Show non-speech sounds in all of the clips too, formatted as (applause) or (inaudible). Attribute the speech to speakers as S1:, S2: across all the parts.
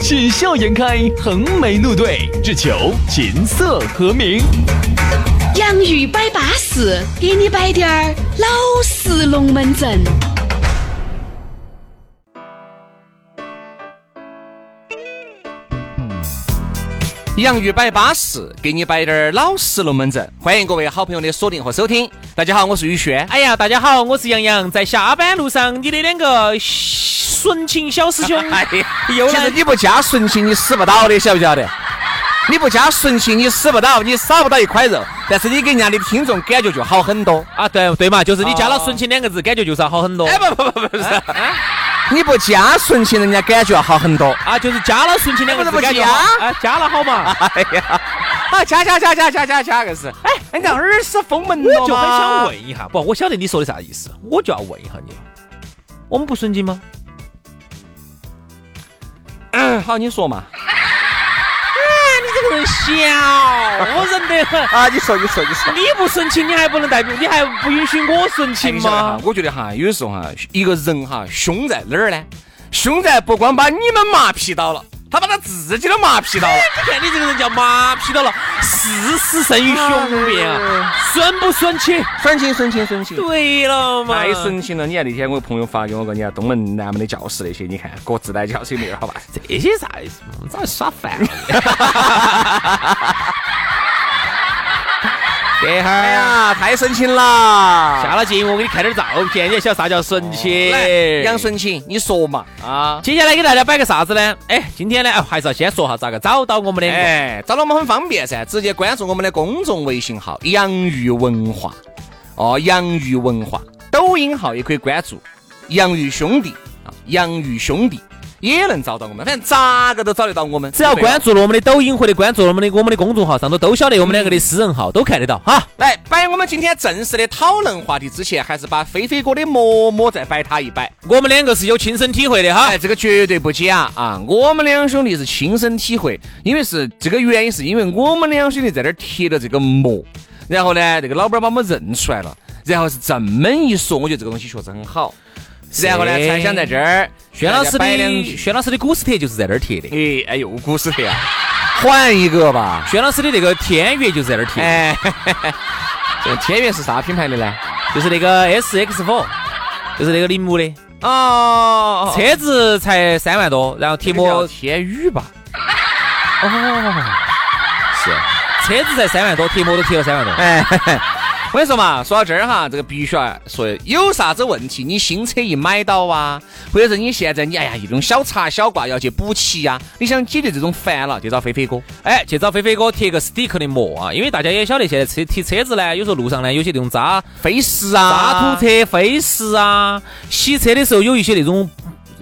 S1: 喜笑颜开，横眉怒对，只求琴瑟和鸣。
S2: 洋芋摆巴士，给你摆点儿老式龙门阵。
S3: 洋芋摆巴适，给你摆点儿老实龙门阵。欢迎各位好朋友的锁定和收听。大家好，我是宇轩。
S4: 哎呀，大家好，我是杨洋，在下班路上，你的两个纯情小师兄又
S3: 哎其实
S4: 来。
S3: 你不加纯情，你死不到的，晓不晓得？你不加纯情，你死不到，你少不到一块肉。但是你给人家的听众感觉就好很多。
S4: 啊，对对嘛，就是你加了“纯情”两个字，感觉就是要好很多。
S3: 哎，不不不不是，你不加纯情，人家感觉要好很多。
S4: 啊，就是加了“纯情”两个字，
S3: 哎不是不
S4: 感觉
S3: 加
S4: 好啊，加了好嘛。
S3: 哎呀，啊，加加加加加加加，硬是。哎，人家耳屎封门
S4: 我
S3: 了
S4: 就很
S3: 嘛
S4: 想问一下，不，我晓得你说的啥意思，我就要问一下你了。我们不纯情吗？
S3: 嗯，好，你说嘛。
S4: 你这个人小，我忍得很。
S3: 啊，你说你说你说。
S4: 你不纯情，你还不能代表，你还不允许我纯
S3: 哎
S4: 情
S3: 你晓得哈
S4: 吗？
S3: 我觉得哈，有时候哈，一个人哈，凶在哪儿呢？凶在不光把你们麻痹到了，他把他自己都麻痹到了。
S4: (laughs) 你看你这个人叫麻痹到了，事实胜于雄辩啊，损不损情？
S3: 孙情，孙情，孙情。
S4: 对了嘛，
S3: 哎太神奇了！你看那天我朋友发给我个，你看东门南门的教室那些，你看各自带教室没有好吧？
S4: 这些啥意思嘛？我们早就耍烦
S3: (laughs)
S4: 了。这哈
S3: 哎
S4: 儿
S3: 呀，太神情了！
S4: 下了节目，我给你看点照片，你还晓得啥叫神奇？
S3: 来，杨顺清，你说嘛啊？
S4: 接下来给大家摆个啥子呢？哎，今天呢，哎还是要先说下咋个找到我们的。
S3: 哎，找到我们很方便噻，直接关注我们的公众微信号“洋芋文化”，哦，洋芋文化，抖音号也可以关注“洋芋兄弟”啊，“洋芋兄弟”也能找到我们，反正咋个都找得到我们，
S4: 只要关注了我们的抖音或者关注了我们的我们的公众号，上头都晓得我们两个的私人号，都看得到哈。
S3: 来，摆我们今天正式的讨论话题之前，还是把飞飞哥的馍馍再摆他一摆。
S4: 我们两个是有亲身体会的哈
S3: (laughs) 哎，。这个绝对不假啊！我们两兄弟是亲身体会，因为是这个原因，是因为我们两兄弟在那儿贴了这个膜，然后呢，这个老板把我们认出来了，然后是这么一说，我觉得这个东西确实很好，然后呢，
S4: 是
S3: 才想在这儿
S4: 轩老师
S3: 大家摆两
S4: 的
S3: 句
S4: 轩老师的古斯特就是在那儿贴的，
S3: 哎哎呦，古斯特啊，换一个吧。
S4: 轩老师的那个天悦就是在那儿贴的。
S3: 哎，这天悦是啥品牌的呢？
S4: 就是那个 SX4，就是那个铃木的，
S3: 哦，
S4: 车子才三万多，然后贴膜
S3: 叫天宇吧？
S4: 是，车子才三万多，贴膜都贴了三万多。
S3: (laughs) 哎，我跟你说嘛，说到这儿哈，这个必须要说，有啥子问题，你新车一买到啊，或者是你现在你哎呀一种小擦小挂要去补齐呀，你想解决这种烦恼，就找飞飞哥。
S4: 哎，去找飞飞哥贴个 stick 的膜啊，因为大家也晓得现在车贴车子呢，有时候路上呢有些那种渣
S3: 飞石啊，
S4: 渣土车、飞石啊，洗车的时候有一些那种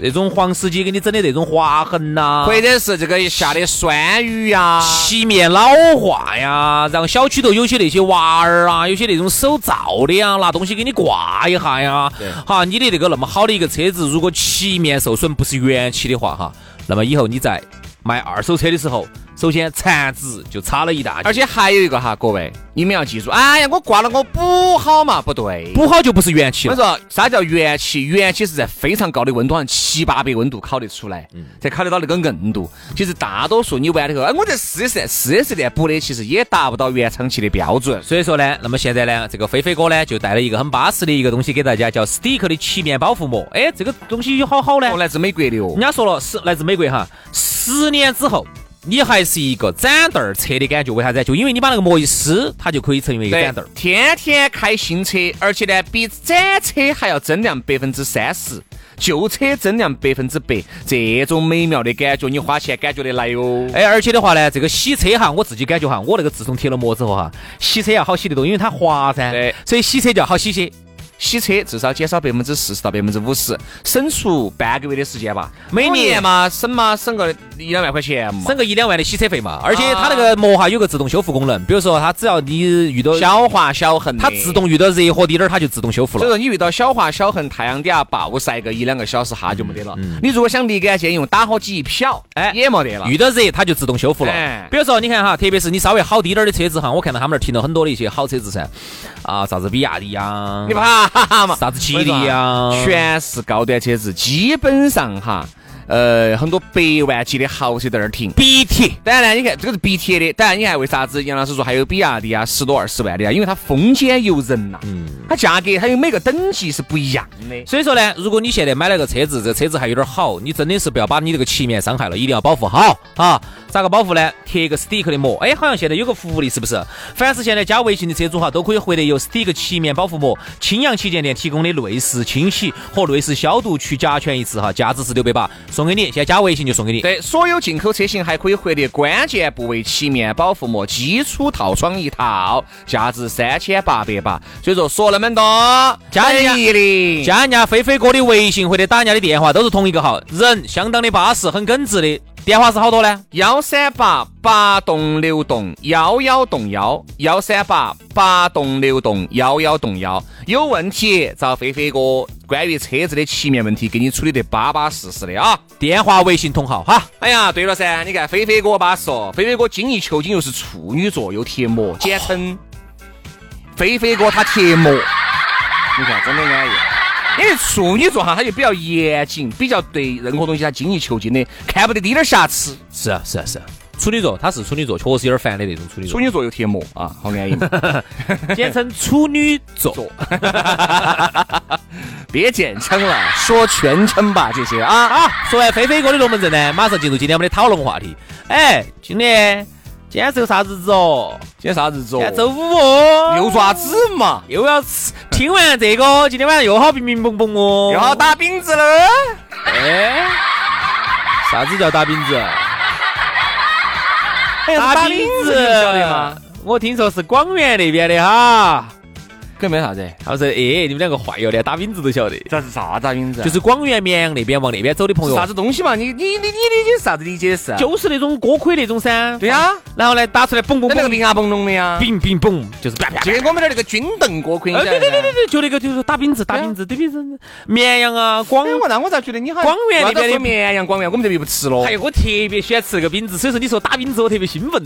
S4: 那种黄司机给你整的那种划痕呐、
S3: 或者是这个下的酸雨呀，
S4: 漆面老化呀，然后小区头有些那些娃儿啊，有些那种手造的呀，拿东西给你挂一下呀
S3: 对。
S4: 哈，你的那个那么好的一个车子，如果漆面受损不是原漆的话，哈，那么以后你在卖二手车的时候，首先残值就差了一大截，
S3: 而且还有一个哈，各位你们要记住，哎呀，我挂了我补好嘛，不对。
S4: 补好就不是原漆
S3: 我跟
S4: 了。
S3: 你说，啥叫元气？元气是在非常高的温度上，七八百温度烤得出来，才烤得到那个硬度。其实大多数你玩了以后，哎，我在四 S 店、四 S 店补的，其实也达不到原厂漆的标准。
S4: 所以说呢，那么现在呢，这个飞飞哥呢就带了一个很巴适的一个东西给大家，叫 Stick 的漆面保护膜。哎，这个东西有好好呢
S3: 我，来自美国的哦
S4: 人，家说了，是来自美国哈，十年之后。你还是一个展凳儿车的感觉，为啥子？就因为你把那个膜一撕，它就可以成为一个
S3: 对
S4: 展凳儿。，
S3: 天天开新车，而且呢，比展车还要增量百分之三十。旧车增量百分之百，这种美妙的感觉，你花钱感觉得来哦哟。
S4: 哎，而且的话呢，这个洗车哈，我自己感觉哈，我那个自从贴了膜之后哈，洗车要好洗得多，因为它滑噻。
S3: 对
S4: 所以洗车就要好洗些。
S3: 洗车至少减少百分之四十到百分之五十，省出半个月的时间吧。每
S4: 哦
S3: 年嘛，省嘛省个一两万块钱嘛
S4: 省。个一两万的洗车费嘛。而且
S3: 啊
S4: 它那个膜哈有个自动修复功能，比如说它只要你遇到，
S3: 小划小痕的，
S4: 它自动遇到热火滴点儿，它就自动修复
S3: 所以
S4: 了。
S3: 说你遇到小划小痕，太阳底下暴晒个一两个小时哈就没得了。
S4: 嗯
S3: 你如果想立竿见影，打火机一瞟，哎，也没得了。
S4: 遇到热它就自动修复了
S3: 哎。
S4: 比如说你看哈，特别是你稍微好滴点儿的车子哈，我看到他们那儿停了很多的一些好车子噻，啊，啥子比亚迪呀，
S3: 你怕嘛？
S4: 啥子吉利呀，
S3: 啊全是高端车子，基本上哈，呃，很多百万级的豪车在那儿停。
S4: 鼻贴。
S3: 当然呢，你看这个是鼻贴的。当然，你看为啥子杨老师说还有比亚迪啊，十多二十万的啊？因为它风险由人呐、它价格它有每个等级是不一样的。
S4: 所以说呢，如果你现在买了个车子，这车子还有点好，你真的是不要把你这个漆面伤害了，一定要保护好啊！咋个保护呢？贴一个 stick 的膜，哎，好像现在有个福利是不是？凡是现在加微信的车主哈，都可以获得由 stick 漆面保护膜青阳旗舰店提供的内饰清洗和内饰消毒去甲醛一次哈，价值是六百八，送给你。现在加微信就送给你。
S3: 对，所有进口车型还可以获得关键部位漆面保护膜基础套装一套，价值三千八百八。所以说说那么多，
S4: 加一下
S3: 一零，
S4: 加人家飞飞哥的微信或者打人家的电话都是同一个号，人相当的巴适，很耿直的。电话是好多呢？
S3: 幺三八八栋六栋幺幺栋幺，幺三八八栋六栋幺幺栋幺。有问题找飞飞哥，关于车子的漆面问题，给你处理得巴巴适适的啊！
S4: 电话、微信同号哈。
S3: 哎呀，对了噻，你看飞飞哥巴适哦，飞飞哥精益求精，又是处女座，又贴膜，简称飞飞哥他贴膜。你看，真的安逸。因为处女座哈，他就比较严谨，比较对任何东西他精益求精的，看不得滴点儿瑕疵。
S4: 是啊，是啊，是啊。处女座，他是处女座，确实有点烦的那种处女
S3: 处
S4: 座，
S3: 女座又贴膜啊，好安逸嘛。
S4: 简称处女 (laughs) 座。
S3: 别简称了，说全称吧，这些啊啊！
S4: 说完飞飞哥的龙门阵呢，马上进入今天我们的讨论话题。哎，今天今天是个啥日子哦？
S3: 今天啥日子
S4: 今
S3: 哦
S4: 天？周五哦，
S3: 又爪子嘛，
S4: 又要吃。听完这个，今天晚上又好乒乒乓乓哦，
S3: 又要。打饼子了。
S4: 哎，啥子叫打饼子？打饼子，
S3: 晓得吗？？
S4: 我听说是广元那边的哈。
S3: 跟没啥子，
S4: 他们说，哎，你们两个坏哟，连打饼子都晓得。
S3: 这是啥子饼子啊
S4: 就
S3: 就是
S4: 是广元绵阳那边往那边走的朋友，
S3: 啥子东西嘛？你你你你理解是啥子理解是？
S4: 就是那种锅盔那种噻。
S3: 对呀，
S4: 然后呢，打出来嘣嘣
S3: 那那个
S4: 嘣，
S3: 冰啊蹦咚的呀，
S4: 冰冰嘣，就是啪啪。
S3: 就跟我们这儿那个军凳锅盔，你
S4: 哎，
S3: 晓
S4: 对对
S3: 得
S4: 对对
S3: 噻。
S4: 对，就那个就是打饼子，打饼子，对啊饼子，绵阳啊，广
S3: 哎，。我那我咋觉得你好像
S4: 广元那边的
S3: 那都说绵阳广元，我们这边又不吃了
S4: 哎。呦，我特别喜欢吃那个饼子，所以说你说打饼子，我特别兴奋。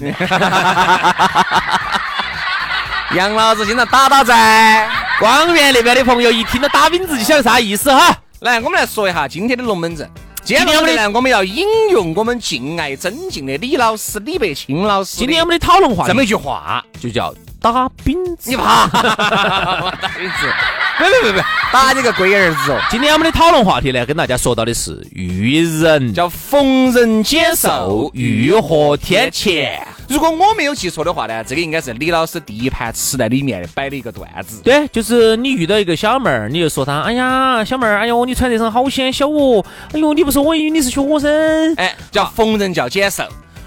S3: 杨老子经常打打噻。
S4: (laughs) 广元那边的朋友一听到打饼子就晓得啥意思哈。
S3: 来，我们来说一下今天的龙门阵。今天
S4: 今天
S3: 我
S4: 我
S3: 们
S4: 们
S3: 呢，我们要引用我们敬爱、尊敬的李老师李白清老师的
S4: 今天我们的讨论话
S3: 这么一
S4: 题
S3: 句话，
S4: 就叫打饼子
S3: 你。怕？大儿子，别别别别，打你个龟儿子哦！
S4: 今天我们的讨论话题呢，跟大家说到的是遇人
S3: 叫逢人减寿
S4: 寿，
S3: 遇
S4: 遇
S3: 火
S4: 祸
S3: 天
S4: 天
S3: 谴
S4: 谴。
S3: 如果我没有记错的话呢，这个应该是李老师第一盘磁带里面摆的一个段子。
S4: 对，就是你遇到一个小妹儿，你就说她，哎呀，小妹儿，哎呦，你穿这身好显小哦，哎呦，你不是我以为你是学生，
S3: 哎，叫逢人叫减寿，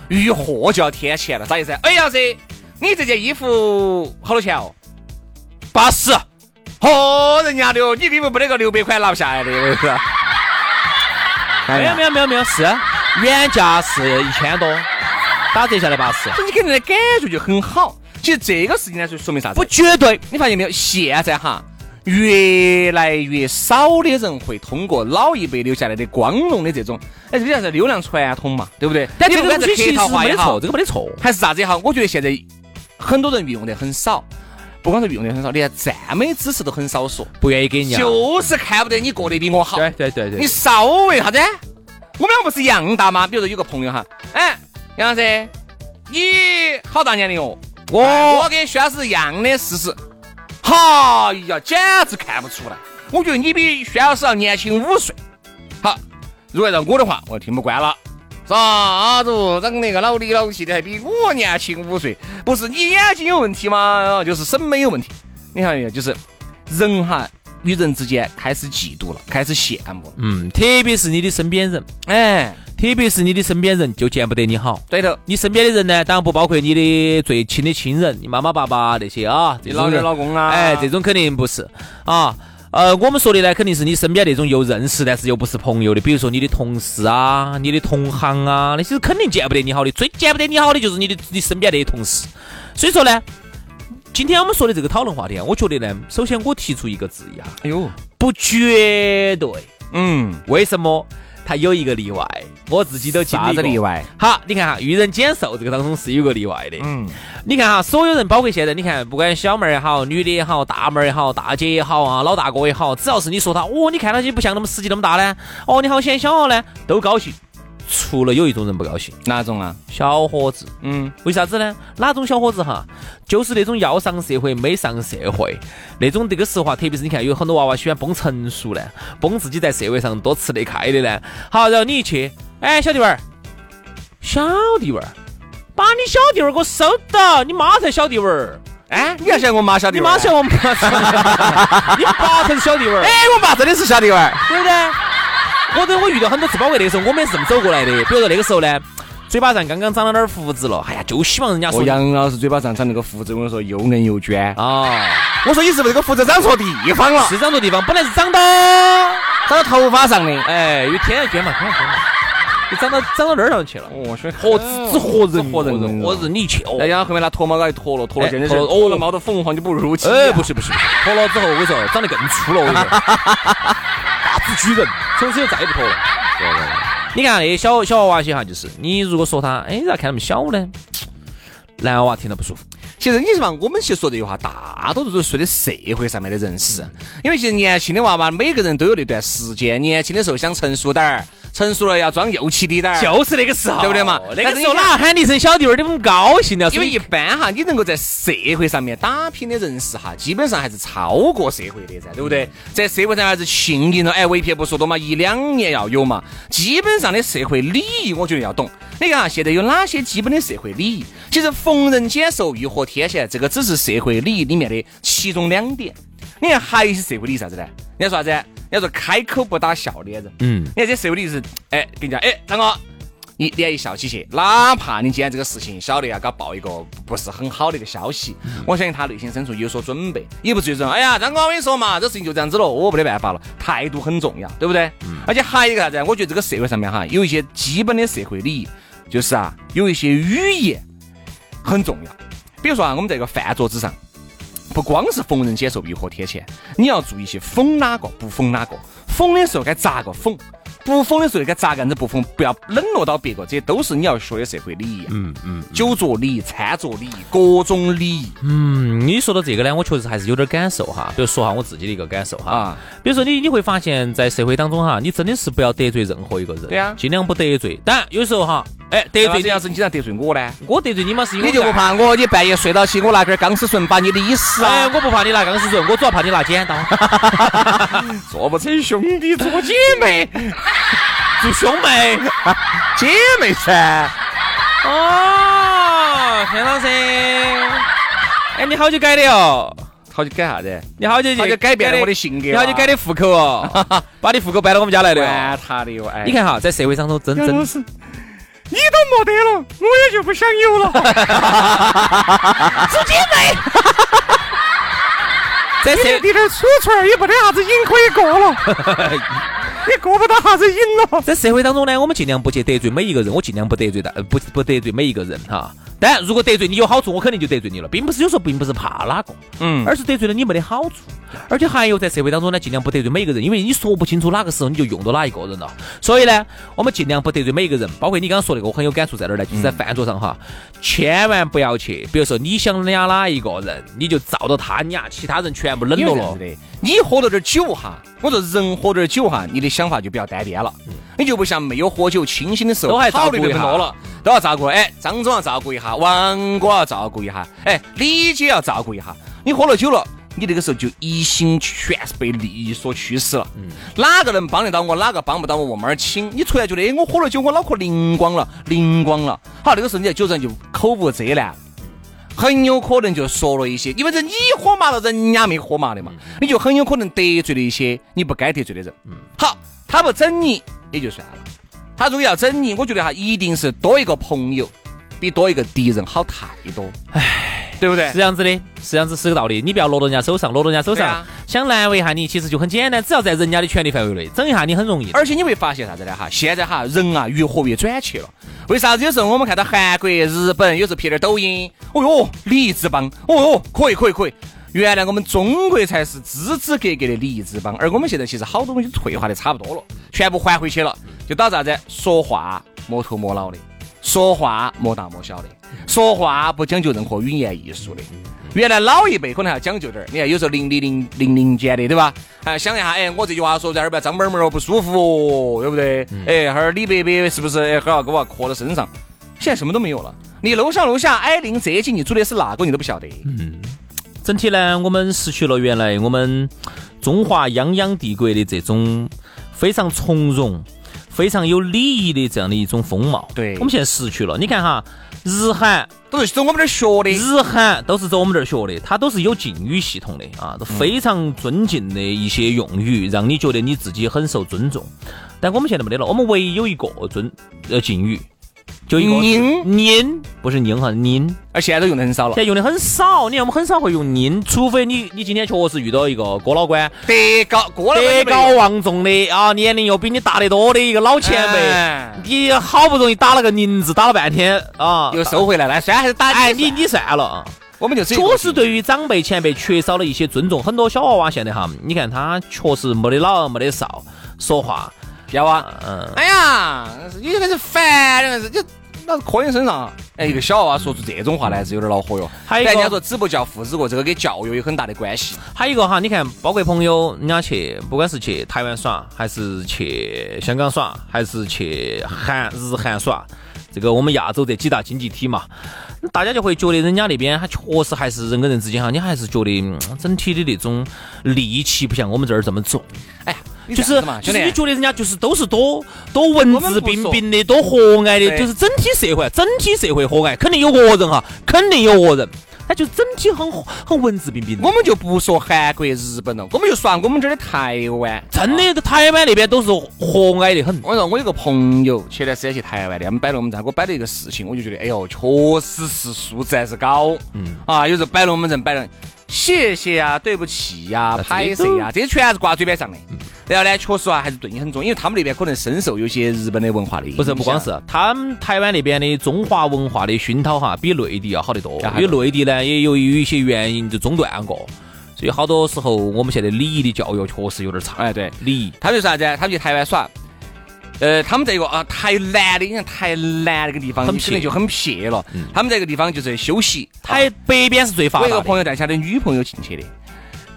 S3: 遇祸叫天谴了，啥意思？哎，老师，你这件衣服好多钱哦？
S4: 八十，
S3: 嚯，人家的哦，你给我没得个六百块拿不下来的，我跟你说。哎
S4: 没有没有没有没有，是啊原价是一千多，打折下来八啊十，
S3: 有，你给人的感觉就很好。其实这个事情呢，就说明啥子？
S4: 不绝对，
S3: 你发现没有？现在哈，越来越少的人会通过老一辈留下来的光荣的这种，哎，这个叫是流量传统嘛，对不对？
S4: 但
S3: 你
S4: 这
S3: 不
S4: 个
S3: 管
S4: 东
S3: 是
S4: 西其
S3: 客
S4: 实
S3: 套
S4: 是
S3: 话
S4: 没
S3: 也
S4: 得错，，
S3: 好
S4: 这个没得错，
S3: 还是啥子也好，我觉得现在很多人运用得很少，不光是运用得很少，连赞美之词都很少说，
S4: 不愿意给人家，
S3: 就是看不得你过得比我好。
S4: 对对对
S3: 你
S4: 对，
S3: 稍微啥子？我们俩不是一样大吗？比如说有个朋友哈，哎，杨老师，你好大年龄哦，哎我
S4: 我
S3: 跟轩是一样的四十，好呀，简直看不出来。我觉得你比轩老师要年轻五岁。好，如果让我的话，我就听不惯了。啥子哦？长那个老里老气的，还比我年轻五岁？不是你眼睛有问题吗？就是审美有问题。你看没有？就是人哈，与人之间开始嫉妒了，开始羡慕了。
S4: 嗯，特别是你的身边人，
S3: 哎，
S4: 特别是你的身边人就见不得你好。
S3: 对头，
S4: 你身边的人呢，当然不包括你的最亲的亲人，你妈妈、爸爸那些啊，这
S3: 你
S4: 种
S3: 老
S4: 人
S3: 公老公啊，
S4: 哎，这种肯定不是啊。呃，我们说的呢，肯定是你身边那种又认识但是又不是朋友的，比如说你的同事啊、你的同行啊，那些是肯定见不得你好的。最见不得你好的就是你的你身边的同事。所以说呢，今天我们说的这个讨论话题啊，我觉得呢，首先我提出一个质疑啊，
S3: 哎呦，
S4: 不绝对。
S3: 嗯，
S4: 为什么？它有一个例外，我自己都经历
S3: 啥
S4: 过
S3: 子例。外？
S4: 好，你看哈，遇人减寿这个当中是有个例外的。
S3: 嗯，
S4: 你看哈，所有人，包括现在，你看，不管小妹儿也好，女的也好，大妹儿也好，大姐也好啊，老大哥也好，只要是你说他，哦，你看到起不像那么十几那么大呢，哦，你好显小哦呢，都高兴。除了有一种人不高兴，
S3: 哪种啊？
S4: 小伙子，
S3: 嗯，
S4: 为啥子呢？哪种小伙子哈，就是那种要上社会没上社会那种。这个实话，特别是你看，有很多娃娃喜欢崩成熟呢，崩自己在社会上多吃得开的呢。好，然后你一去，哎，小弟们儿，小弟们儿，把你小弟们儿给我收到，你妈才小弟们儿，
S3: 哎，你要像我妈小弟
S4: 你
S3: 娃儿
S4: 妈
S3: 啊
S4: 像我妈，你爸才是小弟们儿
S3: 哎，，我爸真的是小弟娃儿。
S4: 对不对？我都我遇到很多次，包括那个时候我们也是这么走过来的。比如说那个时候呢，嘴巴上刚刚长了点儿胡子了，哎呀，就希望人家说
S3: 我杨老师嘴巴上长那个胡子，我跟你说又硬又卷。
S4: 啊。
S3: 我说你是不是这个胡子长错地方了？
S4: 是长错地方，本来是长到，
S3: 长到头发上的。
S4: 哎，有天然卷嘛，天然卷嘛，就长到长到那儿上去了。
S3: 哦，说
S4: 活只只活人，
S3: 活哎人
S4: 活人，你去哦
S3: 人。家后面拿脱毛膏一脱了，脱了
S4: 哎
S3: 真的是
S4: 脱了
S3: 脱了毛的凤凰就不如其。
S4: 哎，不，是不是，脱了之后我跟你说，长得更粗了，我跟 (laughs) 你说，大只巨人，从此就再也不脱了。你看那些小小娃娃些哈，就是你如果说他，哎，咋看那么小呢？男娃娃听了不舒服。
S3: 其实你是嘛，我们其实说这句话，大多数都是说的社会上面的人士，因为其实年轻的娃娃，每个人都有那段时间，年轻的时候想成熟点儿，成熟了要装幼气滴点儿。
S4: 就是那个时候
S3: 对不对嘛
S4: 那
S3: 但
S4: 个
S3: 是
S4: 时候
S3: 你看
S4: 哪喊你一声小弟儿，你们高兴的，
S3: 因
S4: 所
S3: 为
S4: 以
S3: 一般哈，你能够在社会上面打拼的人士哈，基本上还是超过社会的噻，对不对？在社会上还是庆龄了，哎，我一撇不说多嘛，一两年要有嘛。基本上的社会礼仪，我觉得要懂。你看啊，现在有哪些基本的社会礼仪？其实逢人接受，欲壑天贤，这个只是社会礼仪里面的其中两点。你看还有一些社会礼仪啥子呢？人家说啥子？人家说开口不打笑脸人。
S4: 嗯，
S3: 你看这社会礼仪是，哎，跟你讲，哎，张哥。你脸一笑起去，哪怕你今天这个事情晓得要啊给他报一个不是很好的一个消息，我相信他内心深处有所准备，也不至于说，哎呀，张哥，我跟你说嘛，这事情就这样子了，我没得办法了。态度很重要，对不对？而且还有一个啥子？啊我觉得这个社会上面哈，有一些基本的社会礼仪，就是啊，有一些语言很重要。比如说啊，我们在一个饭桌子上，不光是逢人接受，欲壑天谴，你要注意些讽哪个，不讽哪个。讽的时候该咋个讽，不讽的时候该咋个样子不讽，不要冷落到别个，这都是你要学的社会礼仪。嗯嗯，酒桌礼仪、餐桌礼仪，各种啊礼仪
S4: 嗯，你说到这个呢，我确实还是有点感受哈。比如说哈，我自己的一个感受哈。
S3: 啊。
S4: 比如说你你会发现在社会当中哈，你真的是不要得罪任何一个人，
S3: 对啊
S4: 尽量不得罪。当然有时候哈，哎，得
S3: 得罪
S4: 罪
S3: 你
S4: 你
S3: 要是你经常得罪我呢？
S4: 我得罪你嘛是因为
S3: 你就
S4: 我在？
S3: 不怕我？你半夜睡到起，我拿根钢丝绳把你勒死
S4: 哎，
S3: 啊？
S4: 我不怕你拿钢丝绳，我主要怕你拿剪
S3: (laughs)
S4: 刀。
S3: 做不成兄弟做姐妹，
S4: 做兄妹
S3: (laughs) 姐妹噻。
S4: 哦，田老师，哎，你好久改的哦？
S3: 好去改啥子？
S4: 你好久就
S3: 好久改变了我的性格啊
S4: 你好久改的户口
S3: (laughs)
S4: 哦，把你户口搬到我们家来的哦。
S3: 管他的哟！哎，
S4: 你看哈，在社会上头真真
S3: 是，你都没得了，我也就不想有了。
S4: 在社
S3: 你点储存也没得啥子瘾可以过了，你过不到啥子瘾
S4: (laughs)
S3: 了。
S4: 在社会当中呢，我们尽量不去得罪每一个人，我尽量不得罪的，呃不不得罪每一个人哈。当然，如果得罪你有好处，我肯定就得罪你了，并不是有时候并不是怕哪个，
S3: 嗯，
S4: 而是得罪了你没得好处。而且还有在社会当中呢，尽量不得罪每一个人，因为你说不清楚哪个时候你就用到哪一个人了。所以呢，我们尽量不得罪每一个人，包括你刚刚说那个，我很有感触在哪儿呢？就是
S3: 嗯
S4: 在饭桌上哈，千万不要去，比如说你想人家哪一个人，你就照到他，你呀，其他人全部冷
S3: 有
S4: 落
S3: 这样
S4: 了
S3: 子。的，你喝了点酒哈，我说人喝点酒哈，你的想法就比较单边了，你就不像没有喝酒清醒的时候，
S4: 都还照
S3: 考
S4: 顾
S3: 虑
S4: 一
S3: 的
S4: 下
S3: 更多了，都要照顾。哎，张总要照顾一下，王哥要照顾一下，哎，李姐要照顾一下。你喝了酒了。你那个时候就一心全是被利益所驱使了，哪个能帮得到我，哪个帮不到我，我慢慢请。你突然觉得，哎，我喝了酒，我脑壳灵光了，灵光了。好，那个时候你在酒上就口无遮拦，很有可能就说了一些，因为是你喝麻了，人家没喝麻的嘛，你就很有可能得罪了一些你不该得罪的人。好，他不整你也就算了，他如果要整你，我觉得哈，一定是多一个朋友，比多一个敌人好太多。唉，对不对
S4: 啊是？这样子的，是这样子，是个道理。你不要落到人家手上，落到人家手
S3: 哎对
S4: 上
S3: 啊，
S4: 想难为一下你，其实就很简单，只要在人家的权利范围内，整一下你很容易。
S3: 而且你会发现啥子呢？哈，现在哈人啊越活越转去了。为啥子有时候我们看到韩国、日本，有时候拍点抖音，哦哟，礼仪之邦，哦哟，可以可以可以。原来我们中国才是支支格格的礼仪之邦，而我们现在其实好多东西都退化的差不多了，全部还回去了，就导致啥子？说话摸头摸脑的，说话摸大摸小的，说话不讲究任何语言艺术的。原来老一辈可能还要讲究点儿，你看有时候零零零零零间的，对吧？啊，想一下，哎，我这句话说在耳边张门门哦，不舒服哦，对不对？
S4: 嗯
S3: 哎，哈儿李伯伯是不是哎，哈儿给我磕到身上？现在什么都没有了，你楼上楼下挨邻这近，你住的是哪个你都不晓得。
S4: 嗯整体呢，我们失去了原来我们中华泱泱帝国的这种非常从容、非常有礼仪的这样的一种风貌。
S3: 对
S4: 我们现在失去了。你看哈，日韩、
S3: 都是走我们这儿学的。
S4: 日韩都是走我们这儿学的，它都是有敬语系统的啊，都非常尊敬的一些用语，让你觉得你自己很受尊重。但我们现在没得了，我们唯一有一个尊呃敬语，就一个
S3: 您
S4: 您不是您哈您。
S3: 而啊现在都用的很少了
S4: 现。在用的很少，你看我们很少会用您，除非你你今天确实遇到一个哥老倌，
S3: 德高过了
S4: 德高望重的啊，年龄又比你大得多的一个老前
S3: 哎
S4: 辈，你好不容易打了个您字，打了半天啊，
S3: 又收回来了，虽然还是打
S4: 哎，你你算了啊。
S3: 我们就只有
S4: 确实对于长辈前辈缺少了一些尊重，很多小娃娃现在哈，你看他确实没得老没得少，说话
S3: 要啊。
S4: 嗯，
S3: 哎呀，你这个是烦，这个是就老是磕你身上。哎，一个小娃娃说出这种话来是有点恼火哟。
S4: 还有一个
S3: 人家说子不教父之过，这个跟教育有很大的关系。
S4: 还有一个哈，你看，包括朋友人家去，不管是去台湾耍，还是去香港耍，还是去韩日韩耍，这个我们亚洲这几大经济体嘛，大家就会觉得人家那边他确实还是人跟人之间哈，你还是觉得嗯整体的那种戾气不像我们这儿这么重，
S3: 哎呀，你
S4: 就
S3: 这样
S4: 是
S3: 子嘛，
S4: 就
S3: 兄
S4: 是你
S3: 弟。
S4: 觉得人家就是都是多多文质彬彬的，多和蔼的，
S3: 对
S4: 就是整体社会，整体社会和蔼，肯定有恶人哈，肯定有恶人，他就整体很很文质彬彬的。
S3: 我们就不说韩国、日本了，我们就说我们这儿的台湾。
S4: 真的，台湾那边都是和蔼的很。
S3: 我跟你说，我有个朋友前段时间去台湾的，他们摆龙门阵，给我摆了一个事情，我就觉得，哎呦，确实是素质还是高。嗯啊，有时候摆龙门阵摆了，谢谢呀、对不起呀、
S4: 这
S3: 拍
S4: 都
S3: 谁呀，这些全是挂嘴边上的。
S4: 嗯
S3: 然后呢，确实啊，还是对你很重，因为他们那边可能深受有些日本的文化的影响
S4: 不是，不光是他们台湾那边的中华文化的熏陶哈，比内地要好得多。
S3: 要好
S4: 因为内地呢，也由于一些原因就中断过，所以好多时候我们现在礼仪的教育确实有点差。
S3: 哎对
S4: 礼仪
S3: 他们就啥子啊？他们去台湾耍，呃，他们在一个啊台南的，你看台南那个地方，
S4: 很
S3: 你可
S4: 撇
S3: 能
S4: 嗯
S3: 就很撇了。他们在一个地方就是休息，啊
S4: 台北边是最发
S3: 我有
S4: 达
S3: 个
S4: 的。
S3: 朋友带起他的女朋友进去的，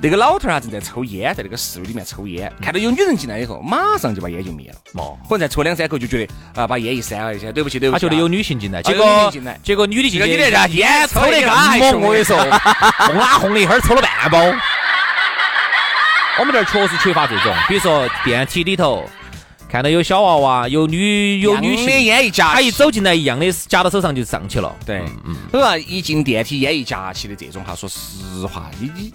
S3: 那个老头儿啊正在抽烟，在那个室里面抽烟，
S4: 嗯
S3: 看到有女人进来以后，马上就把烟就灭了，
S4: 哦，
S3: 可能再抽两三口就觉得啊把烟一扇了一下，对不起对不
S4: 他
S3: 起啊，
S4: 觉得有女性进来，结
S3: 有女性
S4: 果
S3: 进来
S4: 结果女的
S3: 这
S4: 进
S3: 个
S4: 去，
S3: 女的啊烟
S4: 抽
S3: 抽
S4: 的
S3: 的
S4: 更
S3: 更
S4: 猛，
S3: 凶，
S4: 我跟你
S3: (laughs)
S4: 说，红啦红的，一会儿抽了半包。我们这儿确实缺乏这种，比如说电梯里头看到有小娃娃，有女有女
S3: 样的
S4: 性，
S3: 烟一夹，
S4: 她一。走进来一样的夹到手上就上去了。嗯
S3: 对，所以说一进电梯哎烟一夹起的这种哈，说实话，你你，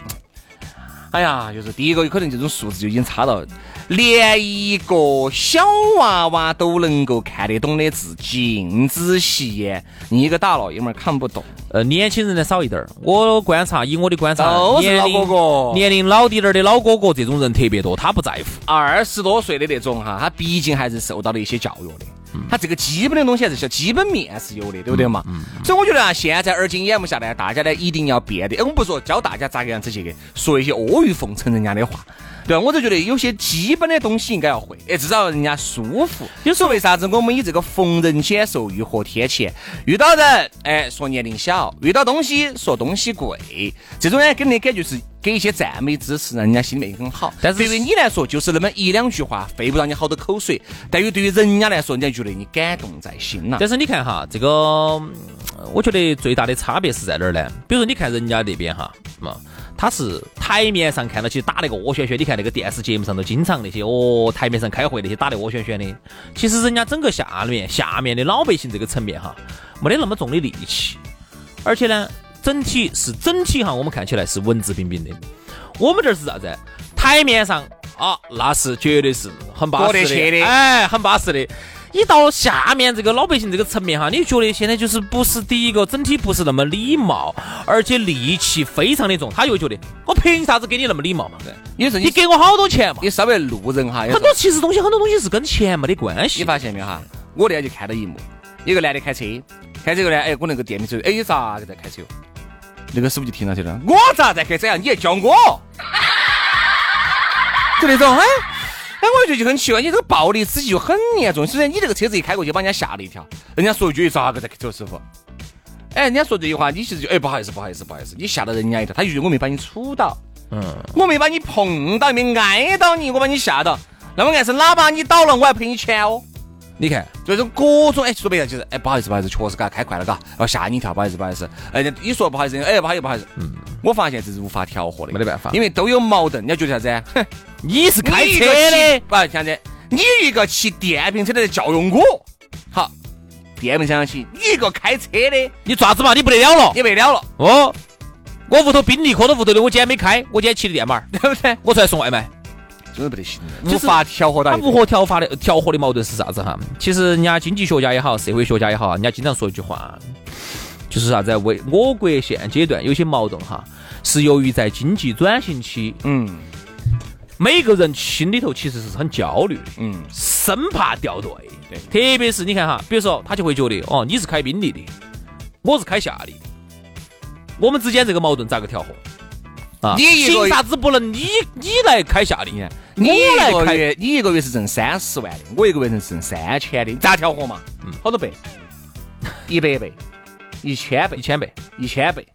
S3: 哎呀，就是第一个可能这种素质就已经差到连一个小娃娃都能够看得懂的字禁止吸烟，你一个大老爷们儿看不懂。
S4: 呃，年轻人的少一点儿。我观察，以我的观察，
S3: 都哦是
S4: 年
S3: 老
S4: 龄
S3: 哥哥
S4: 年龄老滴点儿的老哥哥这种人特别多，他不在乎。
S3: 二十多岁的那种哈，他毕竟还是受到了一些教育的，他这个基本的东西还是小基本面是有的，对不对嘛？所以我觉得啊，现在而今眼目下呢，大家呢一定要变得，哎我们不说教大家咋个样子去说一些阿谀奉承人家的话，对吧？啊我就觉得有些基本的东西应该要会，哎，至少人家舒服。有时候为啥子我们以这个逢人减寿，遇火天谴，遇到人哎说年龄小，遇到东西说东西贵，这种呢给人的感觉是给一些赞美支持，让人家心里面很好。
S4: 但是
S3: 对于你来说，就是那么一两句话，费不到你好多口水；但于对于人家来说，人家觉得你感动在心呐、
S4: 但是你看哈，这个嗯我觉得最大的差别是在哪儿呢？比如说你看人家那边哈，嘛，他是台面上看到起打那个窝旋旋，你看那个电视节目上头经常那些哦，台面上开会那些打得窝旋旋的，其实人家整个下面下面的老百姓这个层面哈，没得那么重的戾气，而且呢，整体是整体哈，我们看起来是文质彬彬的。我们这儿是啥子？台面上啊，那是绝对是很巴
S3: 过得
S4: 适
S3: 去
S4: 的，
S3: 的
S4: 哎，很巴适的。你到下面这个老百姓这个层面哈，你觉得现在就是不是第一个整体不是那么礼貌，而且戾气非常的重，他又觉得我凭啥子给你那么礼貌嘛？
S3: 有时候
S4: 你给我好多钱嘛？
S3: 你稍微路人哈，有
S4: 很
S3: 时候
S4: 多其实东西很多东西是跟钱没得关系
S3: 你。发现没有哈？我那天就看到一幕，有个男的开车，开车个呢，哎，我那个店里头，哎，你咋个在开车哟？那个师傅就听到去了，我咋在开车呀？啊你还教我？哦 (laughs) 就那种，哎，哎，我就觉得很奇怪，你这个暴力之气就很严重。虽然你这个车子一开过去，把人家吓了一跳，人家说一句哎咋个在开车，师傅？哎，人家说这句话，你其实就哎不好意思，不好意思，不好意思，你吓到人家一跳，他就觉得我没把你杵到，嗯，我没把你碰到，没挨到你，我把你吓到，那么按是喇叭你倒了，我还赔你钱哦。
S4: 你看，
S3: 这种各种哎，说白了就是哎，不好意思，不好意思，确实嘎开快了嘎，然后吓你一跳，不好意思，不好意思，哎，一说不好意思，哎，不好意思，不好意思，嗯，我发现这是无法调和的，
S4: 没得办法
S3: 因为都有矛盾，你要觉得啥子？ (laughs) 哼，
S4: 你是开
S3: 你一
S4: 车
S3: 个骑
S4: 的，
S3: 不啥子？你一个骑电瓶车的在教育我，好，电瓶车上骑，你一个开车的
S4: 你爪子嘛？你不得了了
S3: 也没了了，
S4: 哦！我屋头宾利科都屋头的，我今天没开，我今天骑的电马儿，
S3: 对不对？
S4: 我出来送外卖。
S3: 真的不得行，
S4: 就是
S3: 无法调和
S4: 它
S3: 到一
S4: 无
S3: 个。
S4: 法调法的调和的矛盾是啥子哈？其实人家经济学家也好，社会学家也好，人家经常说一句话，就是啥子？为我国现阶段有些矛盾哈，是由于在经济转型期，
S3: 嗯
S4: 每个人心里头其实是很焦虑的。
S3: 嗯，
S4: 生怕掉队。特别是你看哈，比如说他就会觉得哦，你是开宾利的，我是开夏利的，我们之间这个矛盾咋个调和？啊，
S3: 你一个
S4: 凭啥子不能你你来开夏利？
S3: 你
S4: 我来
S3: 一个
S4: 开
S3: 月你一个月是挣三十万的，我一个月能挣三千的，你咋调和嘛？好多倍，一百倍，一千倍
S4: 一，千倍
S3: 一千倍，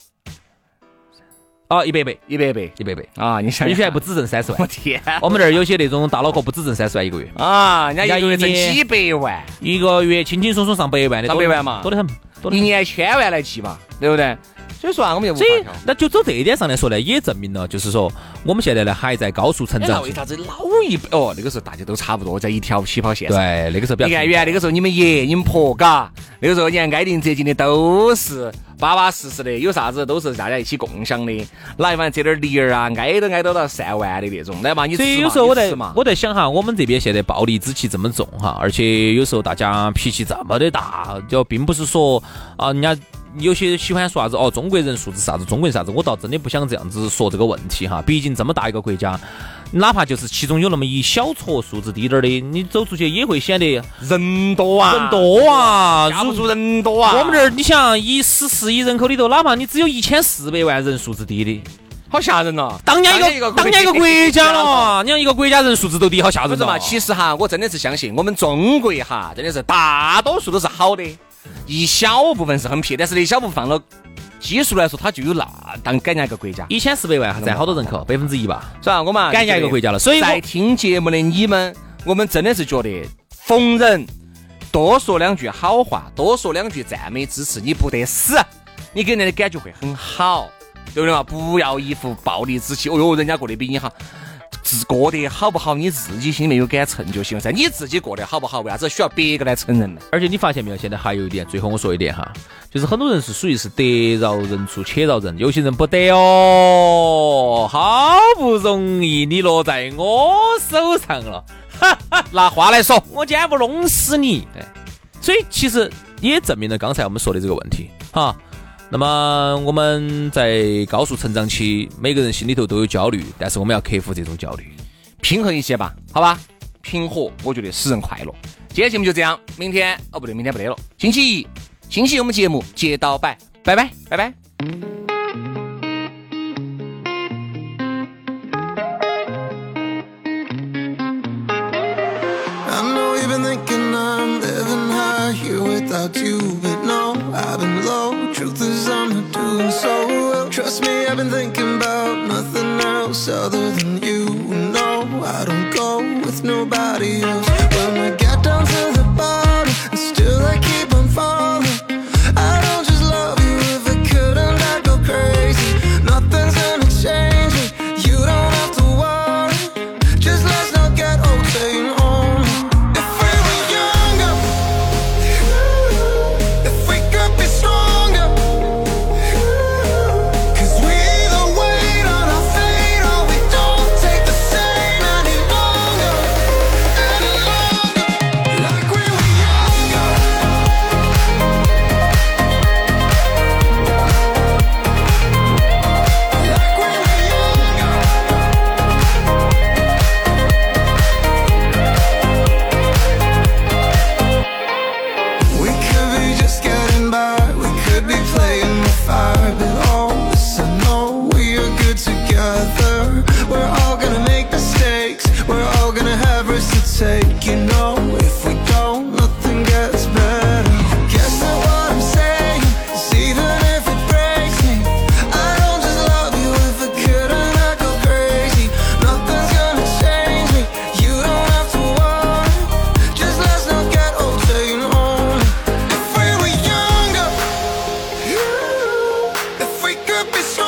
S4: 啊，一百倍，
S3: 一百倍
S4: 一百倍，
S3: 啊！你想
S4: 你
S3: 一
S4: 现在
S3: 下
S4: 不，只挣三十
S3: (laughs) 我
S4: 万。
S3: 天
S4: 我们那儿有些那种大脑壳不只挣三十万一个月，
S3: 啊！人家一个月
S4: 人
S3: 挣
S4: 家一年
S3: 几百万，
S4: 一个月轻轻松松上百万的，
S3: 上百万嘛
S4: 多得很，多得
S3: 一
S4: 很。
S3: 年千万来计嘛，对不对？所以说啊，我们就无
S4: 所
S3: 法
S4: 以
S3: 调和。，
S4: 那就走这一点上来说呢，也证明了，就是说我们现在呢还在高速成
S3: 哎，那
S4: 长
S3: 为
S4: 期。
S3: 啥子老一辈哦？那个时候大家都差不多，在一条起跑线上。
S4: 对，那个时候比较
S3: 你看
S4: 平
S3: 原来那个时候你们爷、你们婆，嘎，那个时候你看挨邻折近的都是巴巴适适的，有啥子都是大家一起共享的，哪一方这点儿梨儿啊，挨都挨到到三万的那种，来嘛，你吃
S4: 所以
S3: 嘛
S4: 有时候
S3: 你
S4: 我在
S3: 吃嘛，
S4: 我在想哈，我们这边现在暴力之气这么重哈，而且有时候大家脾气这么的大，就并不是说啊，人家有些喜欢说啥子哦，中国人素质啥子，中国人啥子，我倒真的不想这样子说这个问题哈。毕竟这么大一个国家，哪怕就是其中有那么一小撮素质低点儿的，你走出去也会显得
S3: 人多啊，
S4: 人，多啊。
S3: 架
S4: 如
S3: 不住人多啊，
S4: 我们这儿，你想一十四亿人口里头，哪怕你只有一千四百万人素质低的，
S3: 好吓人哦，
S4: 当家一个啊当家一个国家
S3: 啊。
S4: 了，你看一个国家人素质都低，好吓
S3: 不
S4: 人
S3: 是
S4: 哦
S3: 嘛？其实哈，我真的是相信我们中国哈，真的是大多数都是好的，一小部分是很撇，但是那一小部分放到基数来说，它就有那当赶上一个国家。
S4: 一千四百万占好多人口，百分之一吧，
S3: 是吧？我们啊
S4: 赶上一个国家了。所以我
S3: 在听节目的你们，我们真的是觉得逢人多说两句好话，多说两句赞美支持，你不得死，你给人的感觉会很好，对不对嘛？不要一副暴力之气，哦哟，人家过得比你好。自过得好不好，你自己心里面有杆秤就行了噻。你自己过得好不好，为啥子需要别个来承认呢？
S4: 而且你发现没有，现在还有一点，最后我说一点哈，就是很多人是属于是得饶人处且饶人，有些人不得哦，好不容易你落在我手上了，哈哈，拿话来说，我今天不弄死你。对，所以其实也证明了刚才我们说的这个问题哈。那么我们在高速成长期，每个人心里头都有焦虑，但是我们要克服这种焦虑。
S3: 平衡一些吧，好吧？平和，我觉得使人快乐。今天节目就这样，明天哦不对，明天不得了，星期一，星期一我们节目接到摆，拜拜，拜拜。
S5: I know you've been thinking I'm living high here without you, but no, I've been low. Truth is, I'm not doing so well. Trust me, I've been thinking about nothing else other than you. No, I don't go with nobody else. When we get down to the bottom, and still I keep on falling. I don't just love you if I couldn't, I'd go crazy. Nothing's gonna change it. You don't have to worry. Just let's not get old saying on. If we were younger, if we could be stronger. Cause we either wait on our fate or we don't take the same any longer. Any oh, could be strong.